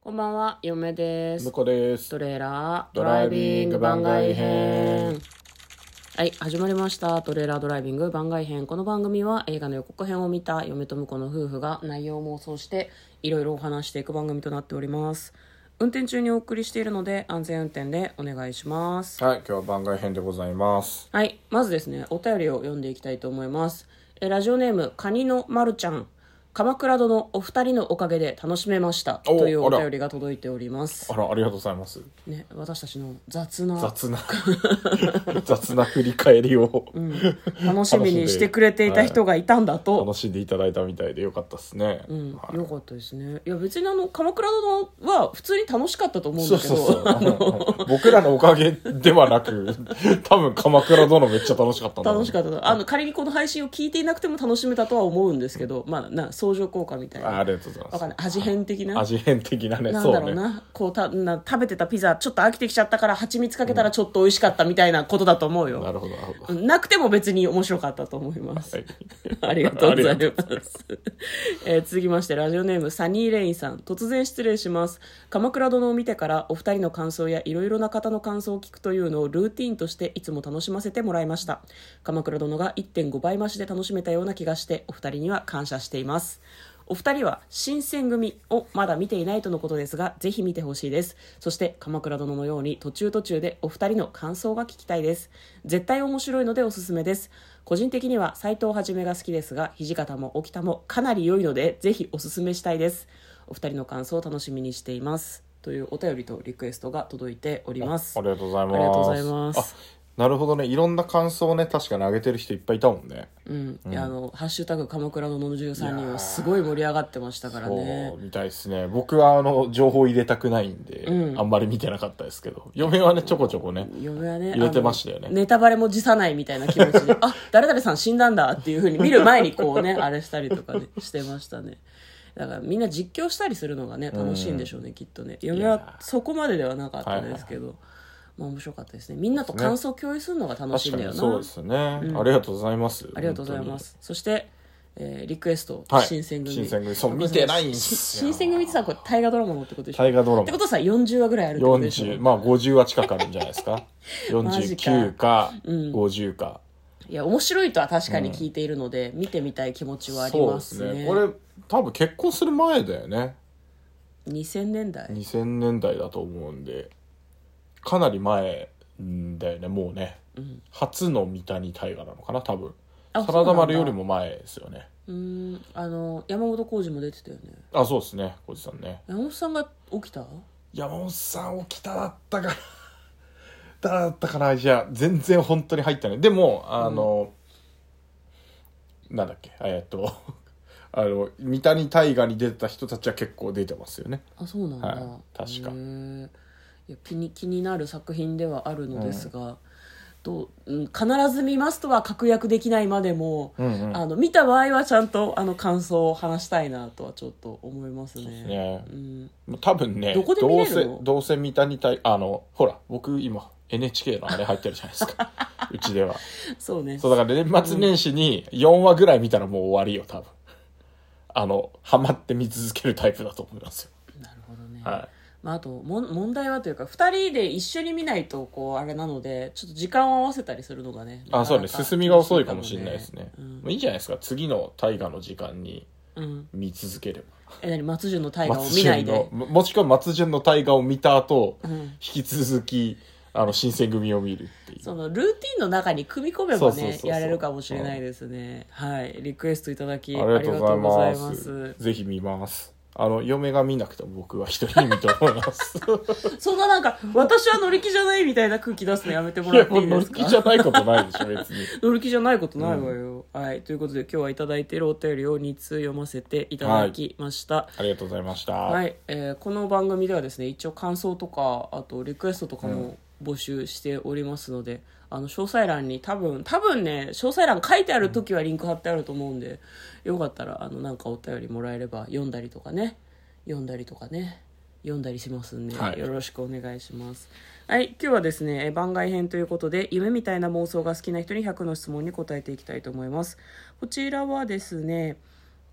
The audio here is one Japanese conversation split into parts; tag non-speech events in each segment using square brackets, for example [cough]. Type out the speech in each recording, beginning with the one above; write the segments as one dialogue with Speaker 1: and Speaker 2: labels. Speaker 1: こんばんは、嫁です
Speaker 2: 向。こうです
Speaker 1: ト。レーラード
Speaker 2: ド
Speaker 1: ラ
Speaker 2: ラ
Speaker 1: イ
Speaker 2: イ
Speaker 1: ビン
Speaker 2: ビン
Speaker 1: グ
Speaker 2: グ
Speaker 1: 番
Speaker 2: 番
Speaker 1: 外
Speaker 2: 外
Speaker 1: 編
Speaker 2: 編。
Speaker 1: はい、始まりました。トレーラードライビング番外編。この番組は映画の予告編を見た嫁と婿の夫婦が内容を妄想していろいろお話していく番組となっております。運転中にお送りしているので安全運転でお願いします。
Speaker 2: はい、今日は番外編でございます。
Speaker 1: はい、まずですね、お便りを読んでいきたいと思います。えーラジオネーム、カニのまるちゃん。鎌倉殿のお二人のおかげで楽しめました
Speaker 2: お
Speaker 1: というお
Speaker 2: あら
Speaker 1: 便りが届いております
Speaker 2: あ。ら、ありがとうございます。
Speaker 1: ね、私たちの雑な
Speaker 2: 雑な、
Speaker 1: [laughs]
Speaker 2: 雑な振り返りを
Speaker 1: 楽しみにしてくれていた人がいたんだと。
Speaker 2: 楽しんでいただいたみたいでよかったですね。
Speaker 1: うん
Speaker 2: は、い
Speaker 1: よかったですねいや別にあの鎌倉殿は普通に楽しかったと思うん
Speaker 2: そ
Speaker 1: だ
Speaker 2: う
Speaker 1: け
Speaker 2: そ
Speaker 1: ど
Speaker 2: うそう。あの僕らのおかげではなく、多分鎌倉殿めっちゃ楽しかったんだろう
Speaker 1: [laughs] 楽しかったとあの仮にこの配信を聞いていなくても楽しめたとは思うんですけど、まあな相乗効果みたい
Speaker 2: あ
Speaker 1: な
Speaker 2: ありがとうござい
Speaker 1: わかん
Speaker 2: ま
Speaker 1: ない味変的
Speaker 2: す。
Speaker 1: な
Speaker 2: 味変的なね、
Speaker 1: なん
Speaker 2: そ
Speaker 1: だ
Speaker 2: う
Speaker 1: ろう
Speaker 2: ね。
Speaker 1: なこうたな食べてたピザちょっと飽きてきちゃったから蜂蜜かけたらちょっと美味しかったみたいなことだと思う
Speaker 2: な
Speaker 1: よ、
Speaker 2: るほど、なるほど。
Speaker 1: なくても別に面白かったと思います、
Speaker 2: はい
Speaker 1: [laughs] ありがとうございます。えー続きまして、ラジオネーム、サニーレインさん。突然失礼します。鎌倉殿を見てから、お二人の感想やいろいろな方の感想を聞くというのをルーティンとして、いつも楽しませてもらいました。鎌倉殿が1.5倍増しで楽しめたような気がして、お二人には感謝しています。お二人は新選組をまだ見ていないとのことですがぜひ見てほしいですそして鎌倉殿のように途中途中でお二人の感想が聞きたいです絶対面白いのでおすすめです個人的には斎藤はじめが好きですが土方も沖田もかなり良いのでぜひおすすめしたいですお二人の感想を楽しみにしていますというお便りとリクエストが届いております
Speaker 2: ありがとうございます。
Speaker 1: ありがとうございます
Speaker 2: あ。なるほどね。いろんな感想をね、確かに上げてる人いっぱいいたもんね。
Speaker 1: うん、いやあの「ハッシュタグ鎌倉殿の13人」はすごい盛り上がってましたからね
Speaker 2: そうみたいですね僕はあの情報入れたくないんで、
Speaker 1: うん
Speaker 2: あんまり見てなかったですけど嫁はねちょこちょこね
Speaker 1: 嫁はね
Speaker 2: 入れてましたよね
Speaker 1: あのネタバレも辞さないみたいな気持ち
Speaker 2: [laughs]
Speaker 1: であ誰々さん死んだんだっていうふうに見る前にこうね [laughs] あれしたりとかねしてましたねだからみんな実況したりするのがね楽しいんでしょうね、きっとね嫁
Speaker 2: いや
Speaker 1: はそこまでではなかったですけど、まあ面白かったですねみんなと感想を共有するのが楽しい
Speaker 2: 確
Speaker 1: ん
Speaker 2: か
Speaker 1: だよ
Speaker 2: に
Speaker 1: な
Speaker 2: そうですね、ありがとうございます
Speaker 1: ありがとうございますそして、えーリクエスト、
Speaker 2: はい
Speaker 1: 新選組
Speaker 2: 新選組そう見てないんですよ
Speaker 1: 新選組ってさこれ大河ドラマのってことでしょ
Speaker 2: 大河ドラマ
Speaker 1: ってことはさ40話ぐらいあるってこと
Speaker 2: 本当
Speaker 1: で
Speaker 2: に
Speaker 1: しょ
Speaker 2: 40まあ50は近くあるんじゃない
Speaker 1: [laughs]
Speaker 2: ですか49か50か、
Speaker 1: いや面白いとは確かに聞いているので、見てみたい気持ちはあり
Speaker 2: そう
Speaker 1: ま
Speaker 2: ですす
Speaker 1: ね
Speaker 2: ねこれ多分結婚する前だよね
Speaker 1: 2000年代
Speaker 2: 2000年代だと思うんでかなり前んだよねもうね、初の三谷大河なのかな多分
Speaker 1: あ
Speaker 2: 真田丸
Speaker 1: そうなん
Speaker 2: よ
Speaker 1: だ
Speaker 2: りも前ですよね
Speaker 1: うーんあの山本浩二も出てたよね
Speaker 2: あそうですね小路さんね
Speaker 1: 山本さんが起きた
Speaker 2: 山本さん沖田だったかな誰だったかないや全然本当に入ってないでもあの、なんだっけえっと [laughs] あの三谷大河に出てた人たちは結構出てますよね
Speaker 1: あそうなんだ、
Speaker 2: はい確か
Speaker 1: へーいや気に気になる作品ではあるのですが、どううん必ず見ますとは確約できないまでも、
Speaker 2: うんうん
Speaker 1: あの見た場合はちゃんとあの感想を話したいなとはちょっと思いますね
Speaker 2: ね
Speaker 1: うん、
Speaker 2: 多分ね
Speaker 1: どこで見
Speaker 2: ど
Speaker 1: れ
Speaker 2: う
Speaker 1: る
Speaker 2: せ
Speaker 1: の
Speaker 2: どうせ三谷大あのほら僕今 NHK のあれ入ってるじゃないです
Speaker 1: [laughs]
Speaker 2: かうちでは
Speaker 1: そうね
Speaker 2: そうだから年末年始に4話ぐらい見たらもう終わりよ多分あのハマって見続けるタイプだと思いますよ
Speaker 1: なるほどね、
Speaker 2: は
Speaker 1: まあ、あともん問題はというか2人で一緒に見ないとこうあれなのでちょっと時間を合わせたりするのがね
Speaker 2: あそうね
Speaker 1: なかなか
Speaker 2: 進みが遅いかもしれないですね
Speaker 1: う
Speaker 2: も
Speaker 1: ん
Speaker 2: ういいじゃないですか次の大河の時間に
Speaker 1: うん、
Speaker 2: 見続ければ
Speaker 1: え何松潤の大河を
Speaker 2: 松
Speaker 1: 見ない
Speaker 2: 潤
Speaker 1: で
Speaker 2: のももしくは松潤の大河を見た後、
Speaker 1: ん
Speaker 2: 引き続きあの新選組を見るっていう
Speaker 1: そのルーティンの中に組み込め
Speaker 2: そう
Speaker 1: ば
Speaker 2: そうそう
Speaker 1: ね
Speaker 2: そう
Speaker 1: やれるかもしれないですね、はいリクエストいただき
Speaker 2: ありがとうござ
Speaker 1: あ
Speaker 2: いま
Speaker 1: りがとうご
Speaker 2: す。
Speaker 1: ざいます
Speaker 2: ぜひ見ます。あの、嫁が見なくても僕は一人で見て思
Speaker 1: [laughs]
Speaker 2: います。
Speaker 1: そんななんか私は乗り気じゃないみたいな空気出すのやめても
Speaker 2: い
Speaker 1: ら
Speaker 2: や、
Speaker 1: って
Speaker 2: も
Speaker 1: いうい
Speaker 2: 乗
Speaker 1: で
Speaker 2: り
Speaker 1: すか
Speaker 2: 気じゃないことないでしょ、別に。
Speaker 1: 乗る気じゃないことないわよ、はいということで今日はいただいているお便りを2通読ませていただきました、
Speaker 2: ありがとうございました。
Speaker 1: はい、えーこの番組ではですね一応感想とかあとリクエストとかも募集しておりますので、あの詳細欄に多分多分ね詳細欄書いてある時はリンク貼ってあると思うんでよかったらあのなんかお便りもらえれば読んだりとかね読んだりとかね読んだりしますんで、
Speaker 2: はい
Speaker 1: よろしくお願いしますはい今日はですねえー番外編ということで夢みたいな妄想が好きな人に100の質問に答えていきたいと思いますこちらはですね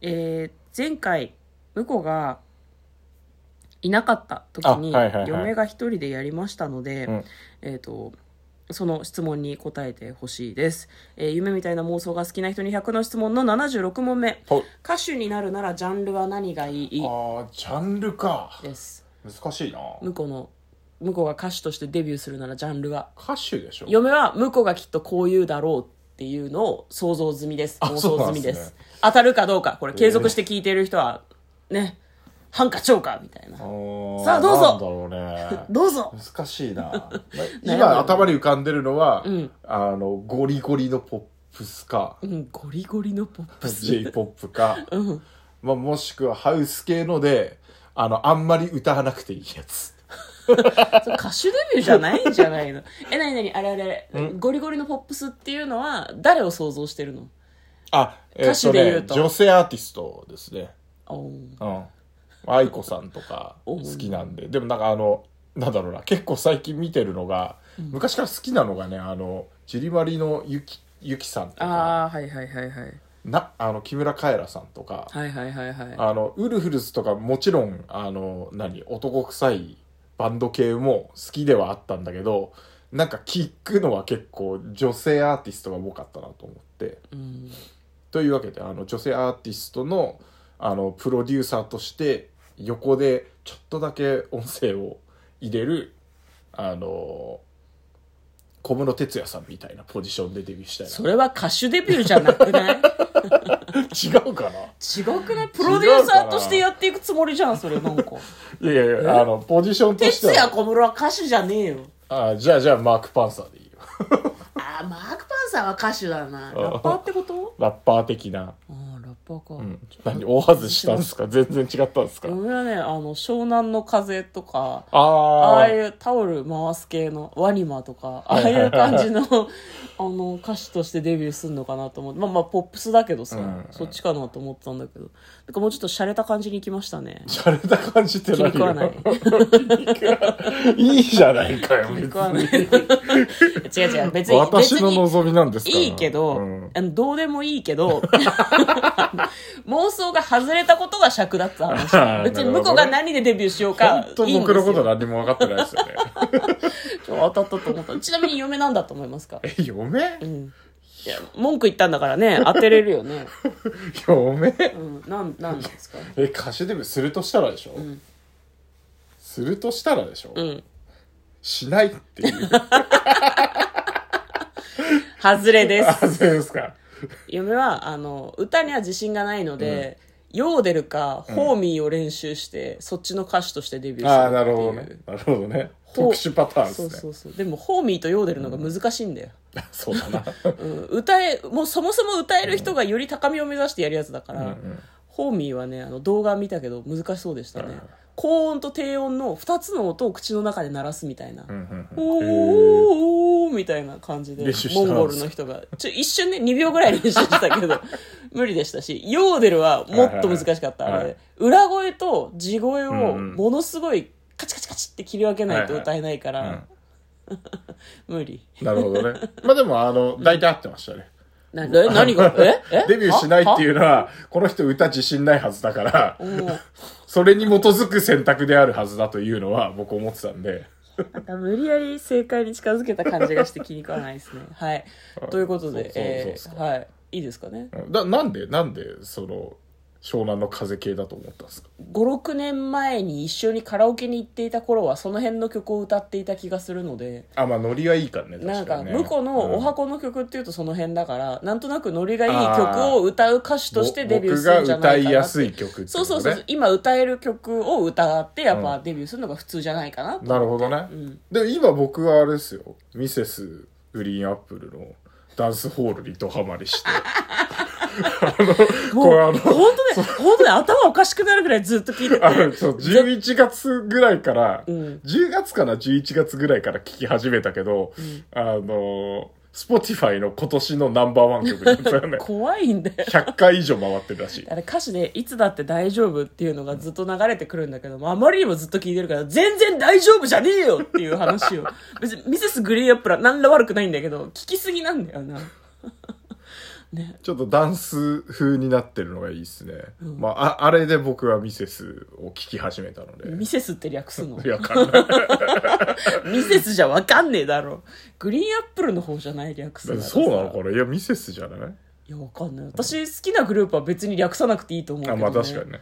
Speaker 1: えー前回向こうがいなかった時に、
Speaker 2: あはいはいはい
Speaker 1: 嫁が一人でやりましたので、
Speaker 2: うん
Speaker 1: えっ、とその質問に答えてほしいです、えー夢みたいな妄想が好きな人に100の質問の76問目
Speaker 2: はい
Speaker 1: 歌手になるならジャンルは何がいい
Speaker 2: ああジャンルか
Speaker 1: です
Speaker 2: 難しいな
Speaker 1: 向こうの向こうが歌手としてデビューするならジャンルは
Speaker 2: 歌手でしょ
Speaker 1: 嫁は向こうがきっとこう言うだろうっていうのを想像済みです
Speaker 2: あ
Speaker 1: 妄想済みです
Speaker 2: そうなんです
Speaker 1: 当たるかどうかこれ継続して聞いてる人はね、ハンカチョーかみたいなさ
Speaker 2: さ
Speaker 1: あどうぞ
Speaker 2: なんだろうね
Speaker 1: どうぞ
Speaker 2: 難し
Speaker 1: [laughs]
Speaker 2: いな
Speaker 1: むよ
Speaker 2: 今頭に浮かんでるのは、
Speaker 1: ん
Speaker 2: あのゴリゴリのポップスか
Speaker 1: うんゴリゴリのポップス
Speaker 2: j p o
Speaker 1: [laughs]
Speaker 2: p か、まあ、もしくはハウス系のであのあんまり歌わなくていいやつ
Speaker 1: それ歌手デビューじゃないんじゃないの [laughs] えなになにあれあれあれゴリゴリのポップスっていうのは誰を想像してるの
Speaker 2: あ、えっ
Speaker 1: 歌手で言うと
Speaker 2: ね、女性アーティストですね
Speaker 1: おー
Speaker 2: うん愛子さんとか
Speaker 1: お
Speaker 2: 好きなんででもなんかあのなんだろうな結構最近見てるのが、昔から好きなのがねあのジリマリのゆきゆきさんとか
Speaker 1: ああはいはいはいはい
Speaker 2: なあの木村カエラさんとか、
Speaker 1: はいはいはいはい
Speaker 2: あのウルフルズとかもちろんあの何男臭いバンド系も好きではあったんだけどなんか聞くのは結構女性アーティストが多かったなと思って。
Speaker 1: うん
Speaker 2: というわけであの女性アーティストのあのプロデューサーとして横でちょっとだけ音声を入れるあの小室哲哉さんみたいなポジションでデビューしたい
Speaker 1: それは歌手デビューじゃなくない
Speaker 2: な違うかな
Speaker 1: 違くないプロデューサーとしてやっていくつもりじゃんそれなん [laughs] か
Speaker 2: いやいやいやあのポジションとし
Speaker 1: 哲
Speaker 2: て
Speaker 1: 也
Speaker 2: は
Speaker 1: 小室は歌手じゃねえよ
Speaker 2: あじゃあじゃあマーク・パンサーでいいよ
Speaker 1: あーマーク・パンサーは歌手だなラッパーってこと
Speaker 2: ラッパー的な、
Speaker 1: ああラッパーか、
Speaker 2: うん、何大外したんです
Speaker 1: [laughs]
Speaker 2: か全然違ったんですか、
Speaker 1: 俺はねあの湘南の風とかあ
Speaker 2: あ
Speaker 1: あ
Speaker 2: ー
Speaker 1: いうタオル回す系のワニマとかあ
Speaker 2: はい
Speaker 1: あ
Speaker 2: はい
Speaker 1: い
Speaker 2: はいう
Speaker 1: 感じの [laughs] あの歌手としてデビューするのかなと思ってまあまあポップスだけどさ、
Speaker 2: うん
Speaker 1: そっちかなと思ってたんだけどなんかもうちょっと洒落た感じに行きましたね
Speaker 2: 洒落た感じって
Speaker 1: 気に
Speaker 2: 何
Speaker 1: 食わない
Speaker 2: [laughs] いいじゃないかよ別
Speaker 1: 食わない
Speaker 2: に
Speaker 1: 違う [laughs] 違う別に
Speaker 2: 私の
Speaker 1: 別に
Speaker 2: 望みなんですから
Speaker 1: いいけど、
Speaker 2: うん
Speaker 1: あのどうでもいいけど [laughs] 妄想が外れたことが尺だって
Speaker 2: あ
Speaker 1: 話
Speaker 2: ー
Speaker 1: 別に向
Speaker 2: なるほど
Speaker 1: こ
Speaker 2: ね
Speaker 1: うが何でデビューしようか
Speaker 2: 本当
Speaker 1: いいんで
Speaker 2: 僕
Speaker 1: す
Speaker 2: のこと
Speaker 1: よ
Speaker 2: 何も分かってないですよね
Speaker 1: ちょ当たったと思ったちなみに嫁なんだと思いますか、
Speaker 2: [laughs] え嫁
Speaker 1: うん、いや文句言ったんだからね当てれるよね、
Speaker 2: 嫁
Speaker 1: うん、なんなんですか
Speaker 2: え歌手デビューするとしたらでしょ、
Speaker 1: ん
Speaker 2: するとしたらでしょ、
Speaker 1: うん
Speaker 2: しないっていう
Speaker 1: 外れです
Speaker 2: あそうで
Speaker 1: [laughs]
Speaker 2: すか
Speaker 1: 嫁はあの歌には自信がないので、ヨーデルかホーミーを練習して、そっちの歌手としてデビューするってい
Speaker 2: あ
Speaker 1: う
Speaker 2: あなるほどねなるほどね
Speaker 1: ほう
Speaker 2: 特殊パターンです
Speaker 1: そ
Speaker 2: ね
Speaker 1: うそうそうでもホーミーとヨーデルの方が難しいんだよ、
Speaker 2: [laughs] そうだな
Speaker 1: うん、歌えもうそもそも歌える人がより高みを目指してやるやつだから、ホーミーはねあの動画見たけど難しそうでしたね、
Speaker 2: うん
Speaker 1: 高音と低音の2つの音を口の中で鳴らすみたいな、
Speaker 2: うんうんうん
Speaker 1: おー
Speaker 2: へ
Speaker 1: おーみたいな感じで
Speaker 2: 練習した
Speaker 1: モ
Speaker 2: んです
Speaker 1: ンゴル
Speaker 2: か
Speaker 1: の人がちょ一瞬ね2秒ぐらい練習したけど [laughs] 無理でしたしヨーデルはもっと難しかった、
Speaker 2: はいはいはい
Speaker 1: あれ裏声と地声を
Speaker 2: うんうん
Speaker 1: ものすごいカチカチカチって切り分けないと歌えないから、
Speaker 2: はいはい
Speaker 1: [laughs] 無理
Speaker 2: えなるほどねまあでもあの大体合ってましたね
Speaker 1: なえ何
Speaker 2: [laughs]
Speaker 1: がええ
Speaker 2: デビューしないっていううのはこの人歌自信ないはずだから
Speaker 1: [laughs] も
Speaker 2: それに基づく選択であるはずだというのは僕思ってたんで
Speaker 1: うなんか無理やり正解に近づけた感じがして気に食わないですねはいということで
Speaker 2: そうそうそう
Speaker 1: え
Speaker 2: です
Speaker 1: ー
Speaker 2: か
Speaker 1: はいいいですかね
Speaker 2: だなんでなんでその湘南の風系だと思ったんですか
Speaker 1: 56年前に一緒にカラオケに行っていた頃はその辺の曲を歌っていた気がするので
Speaker 2: あまあノリはいいからね
Speaker 1: なん
Speaker 2: 確か
Speaker 1: か
Speaker 2: にね
Speaker 1: 向こうのお
Speaker 2: うん
Speaker 1: 箱の曲っていうとその辺だからなんとなくノリがいい曲を歌う歌手としてデビューするんじゃないか
Speaker 2: 僕が歌い
Speaker 1: な
Speaker 2: や
Speaker 1: って
Speaker 2: すい曲ってい
Speaker 1: そう
Speaker 2: こ
Speaker 1: そう
Speaker 2: と
Speaker 1: そう
Speaker 2: ね
Speaker 1: そう今歌える曲を歌ってやっぱデビューするのが普通じゃないかな
Speaker 2: なるほどね、で今僕はあれですよミセスグリーンアップルのダンスホールにドハマりして
Speaker 1: もう
Speaker 2: これあ
Speaker 1: 本
Speaker 2: の
Speaker 1: 当ね本当ね頭おかしくなるぐらいずっと聞いて
Speaker 2: あの
Speaker 1: て
Speaker 2: そう11月ぐらいから、
Speaker 1: ん
Speaker 2: 10月かな11月ぐらいから聴き始めたけど、あの Spotify の今年のナンバーワン曲なんですよ
Speaker 1: [laughs]
Speaker 2: ね
Speaker 1: 怖いんだよ
Speaker 2: 100回以上回ってるらしい
Speaker 1: あれ歌詞で「いつだって大丈夫」っていうのがずっと流れてくるんだけどもあまりにもずっと聞いてるから「全然大丈夫じゃねえよ」っていう話を
Speaker 2: [laughs]
Speaker 1: 別にミセスグリーンアップルは何ら悪くないんだけど聞きすぎなんだよなね
Speaker 2: ちょっとダンス風になってるのがいいですね、
Speaker 1: うん
Speaker 2: まあああれで僕はミセスを聞き始めたので
Speaker 1: ミセスって略すの
Speaker 2: いやわかん
Speaker 1: [laughs]
Speaker 2: ない
Speaker 1: ミセスじゃわかんねえだろグリーンアップルの方じゃない略すらさ
Speaker 2: そうなのかないやミセスじゃない
Speaker 1: いやわかんない私好きなグループは別に略さなくていいと思うけ
Speaker 2: あ
Speaker 1: ど、ね
Speaker 2: まあ確かにね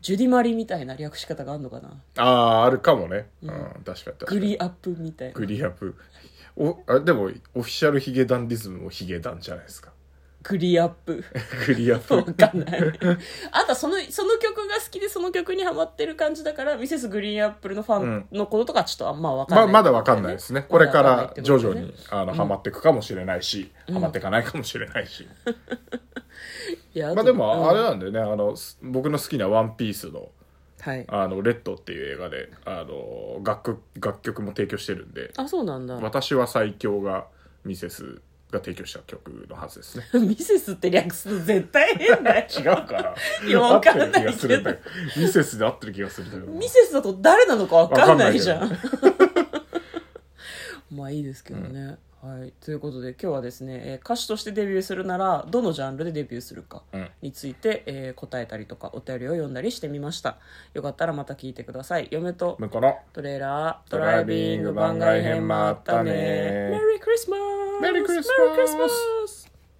Speaker 1: ジュディマリみたいな略し方があるのかな
Speaker 2: あああるかもね、うん確かに確か
Speaker 1: グ
Speaker 2: に
Speaker 1: リアップみたいな
Speaker 2: グリアプおあでもオフィシャルヒゲダンリズムもヒゲダンじゃないですか
Speaker 1: グリアップ
Speaker 2: グリア
Speaker 1: わ
Speaker 2: プ
Speaker 1: かんないあとはそのその曲が好きでその曲にハマってる感じだからミセスグリーンアップルのファンのこととかちょっとあんまわかんない、
Speaker 2: まあまだわかんないですねこれ
Speaker 1: ま
Speaker 2: か
Speaker 1: だわん
Speaker 2: ら
Speaker 1: ないって
Speaker 2: 徐
Speaker 1: ことね
Speaker 2: 々にあのハマっていくかもしれないし、ハマっていかないかもしれないし、
Speaker 1: いや
Speaker 2: まあでもあれ
Speaker 1: は、
Speaker 2: なんでねあのす僕の好きな「ワンピースの
Speaker 1: はい
Speaker 2: あの「レッド」っていう映画であの楽曲楽曲も提供してるんで
Speaker 1: あそうなん
Speaker 2: 「
Speaker 1: だ
Speaker 2: 私は最強」がミセスが提供した曲のはず
Speaker 1: [laughs]
Speaker 2: ですね
Speaker 1: ミセスって略すの絶対変だよ
Speaker 2: [laughs] 違うかな
Speaker 1: いやわかんないけど
Speaker 2: 合ってる気がするんだけどミセスで合ってる気がするんだけど
Speaker 1: ミセスだと誰なのかわかんないじゃん [laughs] まあいいですけどね、はい、ということで今日はですね、えー歌手としてデビューするならどのジャンルでデビューするか
Speaker 2: うん
Speaker 1: について、えー答えたりとかお便りを読んだりしてみましたよかったらまた聞いてください嫁と
Speaker 2: 向こうの
Speaker 1: トレーラード
Speaker 2: ド
Speaker 1: ラ
Speaker 2: ラ
Speaker 1: イ
Speaker 2: イ
Speaker 1: ビ
Speaker 2: ビ
Speaker 1: ン
Speaker 2: ン
Speaker 1: グ
Speaker 2: グ
Speaker 1: 番
Speaker 2: 番
Speaker 1: 外
Speaker 2: 外
Speaker 1: 編
Speaker 2: 編
Speaker 1: も
Speaker 2: も
Speaker 1: あ
Speaker 2: あ
Speaker 1: っ
Speaker 2: ったた
Speaker 1: ね
Speaker 2: ね
Speaker 1: メリークリスマス
Speaker 2: メリークリスマス
Speaker 1: メリークリスマス